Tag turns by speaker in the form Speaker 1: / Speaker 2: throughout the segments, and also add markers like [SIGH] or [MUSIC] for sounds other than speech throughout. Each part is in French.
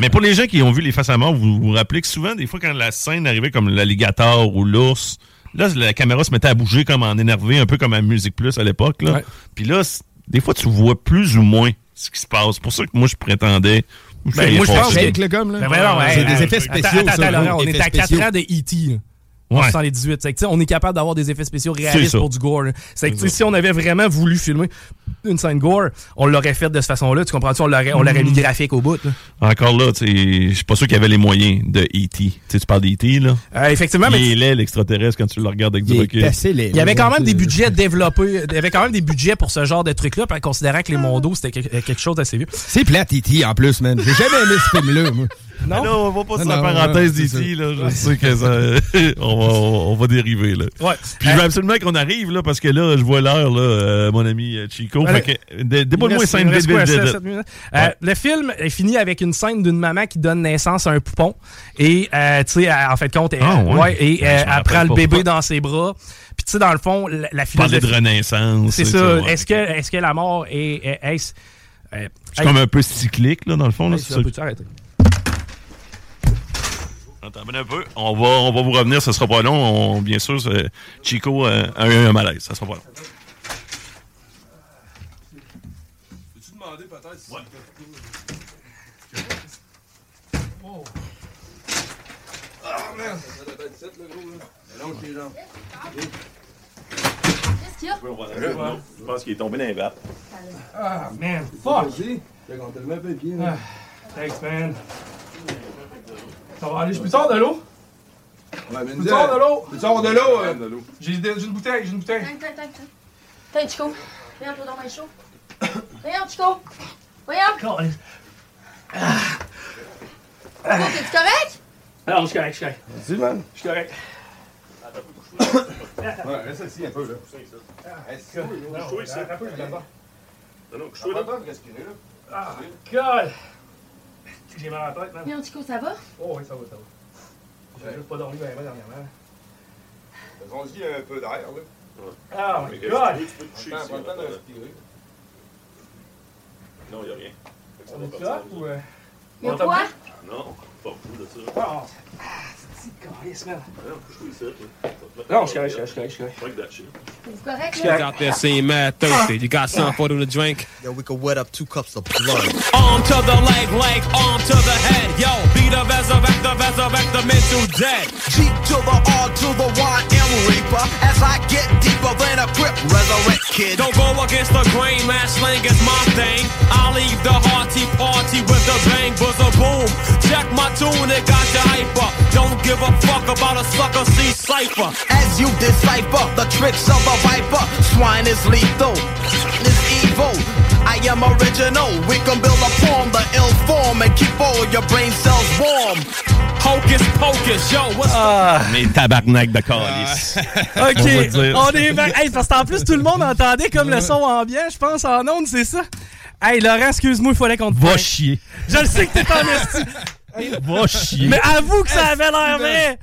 Speaker 1: Mais pour les gens qui ont vu les faces à mort, vous vous rappelez que souvent, des fois, quand la scène arrivait comme l'alligator ou l'ours, là, la caméra se mettait à bouger comme en énervé, un peu comme à Musique Plus à l'époque. là. Puis là, c- des fois, tu vois plus ou moins ce qui se passe. C'est pour ça que moi, je prétendais.
Speaker 2: Ben, moi, je pense
Speaker 1: que
Speaker 2: avec le gomme, là. euh,
Speaker 3: Ben, ben, non,
Speaker 2: c'est
Speaker 3: hey,
Speaker 2: des
Speaker 3: hey,
Speaker 2: effets
Speaker 3: attends,
Speaker 2: spéciaux,
Speaker 3: attends,
Speaker 2: ça,
Speaker 3: attends,
Speaker 2: là.
Speaker 3: on
Speaker 2: Des E
Speaker 3: était
Speaker 2: effets
Speaker 3: à 4
Speaker 2: spéciaux.
Speaker 3: ans de E.T.
Speaker 1: Ouais.
Speaker 3: On les 18. C'est que, tu sais, on est capable d'avoir des effets spéciaux
Speaker 1: C'est
Speaker 3: réalistes
Speaker 1: ça.
Speaker 3: pour du gore. là. C'est que tu sais, si on avait vraiment voulu filmer une scène gore, on l'aurait faite de cette façon-là. Tu comprends-tu? On l'aurait on l'aurait mis
Speaker 1: Mm.
Speaker 3: graphique au bout. là.
Speaker 1: Encore là, tu sais, je suis pas sûr qu'il y avait les moyens de E.T. Tu sais, tu parles d'E.T., là.
Speaker 3: Euh, effectivement, mais
Speaker 1: Il est laid, l'extraterrestre, quand tu le regardes avec du
Speaker 2: Il est
Speaker 1: recul.
Speaker 2: assez laid,
Speaker 3: Il y avait
Speaker 2: là.
Speaker 3: quand
Speaker 1: euh.
Speaker 3: même des budgets développés. Il y avait quand même des budgets pour ce genre de truc-là, puis en considérant
Speaker 1: Ah.
Speaker 3: que les mondos, c'était que- quelque chose d'assez vieux.
Speaker 2: C'est plat,
Speaker 3: E
Speaker 2: Titi, en plus, man. J'ai jamais aimé ce film-là, moi.
Speaker 1: Non, là, on va pas sur
Speaker 2: Non,
Speaker 1: la
Speaker 2: non,
Speaker 1: parenthèse
Speaker 2: non, c'est
Speaker 1: d'ici, là. Je sais que ça- [LAUGHS] on, va, on va dériver, là.
Speaker 3: Ouais.
Speaker 1: Puis je veux absolument qu'on arrive, là, parce que là, je vois l'heure, là, euh, mon ami euh, Chico.
Speaker 3: Allez.
Speaker 1: Fait que, dé- déballe-moi
Speaker 3: Il reste-
Speaker 1: cinq
Speaker 3: il reste
Speaker 1: vite,
Speaker 3: quoi,
Speaker 1: vite,
Speaker 3: sept,
Speaker 1: vite,
Speaker 3: sept
Speaker 1: vite.
Speaker 3: minutes? Euh, Le film est fini avec une scène d'une maman qui donne naissance à un poupon. Et, euh, tu sais, elle- en fait, compte, elle,
Speaker 1: Ah, ouais.
Speaker 3: ouais, et
Speaker 1: Ouais,
Speaker 3: euh,
Speaker 1: je m'en
Speaker 3: elle prend
Speaker 1: rappelle
Speaker 3: le
Speaker 1: pas.
Speaker 3: bébé dans ses bras. Puis, tu sais, dans le fond, la, la
Speaker 1: Parler de
Speaker 3: philosophie.
Speaker 1: renaissance.
Speaker 3: C'est
Speaker 1: tu
Speaker 3: ça.
Speaker 1: sais, ouais.
Speaker 3: Est-ce que, est que la mort est. est- est-ce- euh,
Speaker 1: C'est comme un peu cyclique, là, dans le fond. Là,
Speaker 3: hey,
Speaker 1: c'est
Speaker 3: ça,
Speaker 1: ça.
Speaker 3: peux-tu arrêter?
Speaker 1: Attends un peu. On va, on va vous revenir, ça sera pas long. On- bien sûr, c'est- Chico euh, a eu un malaise, ça sera pas long. Je pense qu'il est tombé dans les vapes.
Speaker 3: Ah, man. Fuck! Ah, Thanks, man. Ça va aller. Je peux te sortir de l'eau? Peux te sortir de l'eau?
Speaker 4: Tu Ah. sors de l'eau, hein?
Speaker 3: J'ai j'ai une bouteille, j'ai une bouteille.
Speaker 5: Tiens, tiens, tiens, tiens. Tiens, Chico. Regarde, toi, dans chaud. Regarde, Chico. Regarde. Chico, t'es-tu correct?
Speaker 3: Non, je suis correct, je suis correct.
Speaker 4: Vas-y, man.
Speaker 3: Je suis correct.
Speaker 4: Ouais, reste assis un peu, là. Est-ce que tu peux respirer, là?
Speaker 3: Ah, God! J'ai mal à la tête, man.
Speaker 5: Regarde, Chico, ça va?
Speaker 3: Oh, oui, ça va, ça va. J'ai juste pas dormi bien bien dernièrement.
Speaker 4: Faisons-y un peu d'air, là.
Speaker 3: Ah, my God!
Speaker 4: Prends- Prends le temps de respirer.
Speaker 3: On est là ou... euh,
Speaker 5: Y'a
Speaker 3: On t'a
Speaker 5: quoi?
Speaker 3: dit? Ah, c'est petit calice, man. Non, je suis correct, je suis correct, je suis correct.
Speaker 5: T'es-tu correct, là?
Speaker 6: Out there seeing mad
Speaker 3: Ah.
Speaker 6: thirsty. You got something for them to drink?
Speaker 7: Yo, we could wet up two cups of blood.
Speaker 6: Arm to the leg, leg, arm to the head. Yo, be the resurrect, the resurrect, the mental dead.
Speaker 7: G to the R to the Y M Reaper. As I get deeper than a grip, resurrect kid.
Speaker 6: Don't go against the grain, man. Slang is my thing. I leave the hearty party with the bang, buzz a boom. Check my tune, it got the hyper. Don't give a fuck about a sucker, see cipher.
Speaker 7: As you decipher the tricks of a viper, swine is lethal, is evil. I am original. We can build upon the ill form and keep all your brain cells warm.
Speaker 6: Hocus pocus, yo, what's
Speaker 1: Mais tabarnak de calice. On
Speaker 3: OK,
Speaker 1: va dire.
Speaker 3: on est back. Hey, parce qu'en plus, tout le monde entendait comme le son ambiant, je pense, en ondes, c'est ça? Hey, Laurent, excuse-moi, il fallait qu'on te
Speaker 1: Va
Speaker 3: parle.
Speaker 1: chier.
Speaker 3: Je le sais que t'es en esti,
Speaker 1: Va chier.
Speaker 3: mais avoue que ça avait l'air vrai!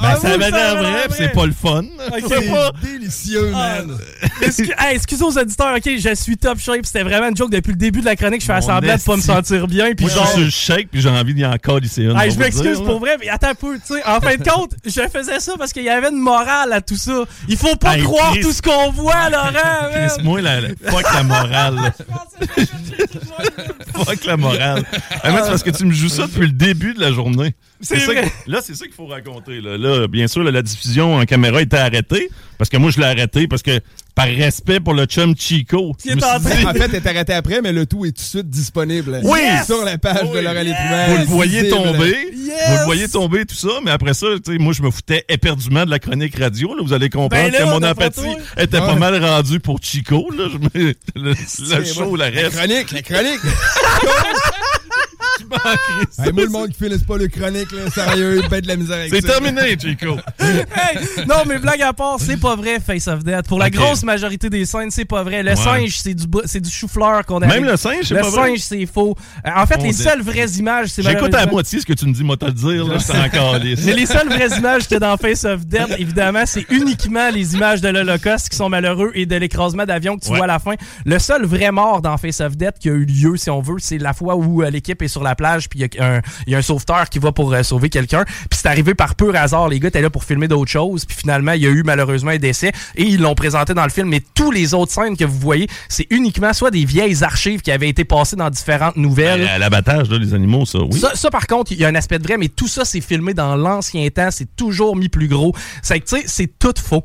Speaker 1: Ben, ça avait l'air vrai, puis c'est pas le fun.
Speaker 3: C'est pas-
Speaker 2: délicieux,
Speaker 3: Ah,
Speaker 1: [LAUGHS]
Speaker 3: excu- hey, excusez aux auditeurs, ok, je suis top shape. C'était vraiment une joke depuis le début de la chronique. Je fais semblant de pas me sentir bien. Puis
Speaker 1: Moi, je
Speaker 3: genre-
Speaker 1: suis sur le shake, puis j'ai envie d'y encore lycéen.
Speaker 3: Hey, je m'excuse pour vrai, mais attends un peu, tu sais, en fin de compte, je faisais ça parce qu'il y avait une morale à tout ça. Il faut pas
Speaker 1: Hey,
Speaker 3: croire
Speaker 1: Chris.
Speaker 3: tout ce qu'on voit, Laurent, man.
Speaker 1: Chris, moi, la, la- fuck la morale. là. fuck la morale. Ah, mais c'est parce que tu me joues ça depuis le début de la journée.
Speaker 3: C'est
Speaker 1: ça
Speaker 3: vrai.
Speaker 1: que- là, c'est ça qu'il faut raconter. Là. Là, bien sûr, là, la diffusion en caméra était arrêtée. Parce que moi, je l'ai arrêtée parce que par respect pour le chum Chico. je me suis dit-
Speaker 2: En fait, elle est arrêtée après, mais le tout est tout de suite disponible
Speaker 1: Oui!
Speaker 2: sur la page de Laurent Léprimère.
Speaker 1: Vous le voyez
Speaker 2: Visible.
Speaker 1: tomber. Vous le voyez tomber, tout ça. Mais après ça, tu sais, moi, je me foutais éperdument de la chronique radio. Là. Vous allez comprendre
Speaker 2: Ben là,
Speaker 1: que mon
Speaker 2: d'après
Speaker 1: empathie
Speaker 2: toi.
Speaker 1: était
Speaker 2: Ouais.
Speaker 1: pas mal rendue pour Chico. Là. Je me- le, le
Speaker 2: C'est
Speaker 1: show,
Speaker 2: bon.
Speaker 1: la reste.
Speaker 2: chronique,
Speaker 1: [LAUGHS]
Speaker 2: la chronique.
Speaker 1: Tu m'en crisses.
Speaker 2: Hey, moi, le monde qui finisse pas le chronique, là, sérieux, il pète de la misère avec
Speaker 1: C'est
Speaker 2: ça.
Speaker 1: terminé, Chico.
Speaker 3: [LAUGHS] Hey, non, mais blague à part, c'est pas vrai, Face of Death. Pour la
Speaker 1: Ok.
Speaker 3: grosse majorité des scènes, c'est pas vrai. Le
Speaker 1: Ouais.
Speaker 3: singe, c'est du, bo- c'est du chou-fleur qu'on a.
Speaker 1: Même le singe, c'est pas vrai?
Speaker 3: Le singe, c'est faux. Euh, en fait,
Speaker 1: On
Speaker 3: les
Speaker 1: dé-
Speaker 3: seules vraies images, c'est
Speaker 1: J'écoute à la
Speaker 3: malheureusement-
Speaker 1: moitié ce que tu me dis, moi, te le dire. Là, je suis encore lisse.
Speaker 3: Mais les seules vraies images que dans Face of Death, évidemment, c'est uniquement les images de l'Holocauste qui sont malheureux et de l'écrasement d'avion que tu
Speaker 1: Ouais.
Speaker 3: vois à la fin. Le seul vrai mort dans Face of Death qui a eu lieu, si on veut, c'est la fois où euh, l'équipe est sur la plage puis il y, a un- il y a un sauveteur qui va pour euh, sauver quelqu'un. Puis c'est arrivé par pur hasard. Les gars étaient là pour filmer d'autres choses. Puis finalement, il y a eu malheureusement un décès et ils l'ont présenté dans le film. Mais tous les autres scènes que vous voyez, c'est uniquement soit des vieilles archives qui avaient été passées dans différentes nouvelles.
Speaker 1: Ben, À L'abattage, là, les animaux, ça, Euh, oui.
Speaker 3: Ça, ça, par contre, il y a un aspect de vrai, mais tout ça, c'est filmé dans l'ancien temps. C'est toujours mis plus gros. C'est que, tu sais, c'est tout faux.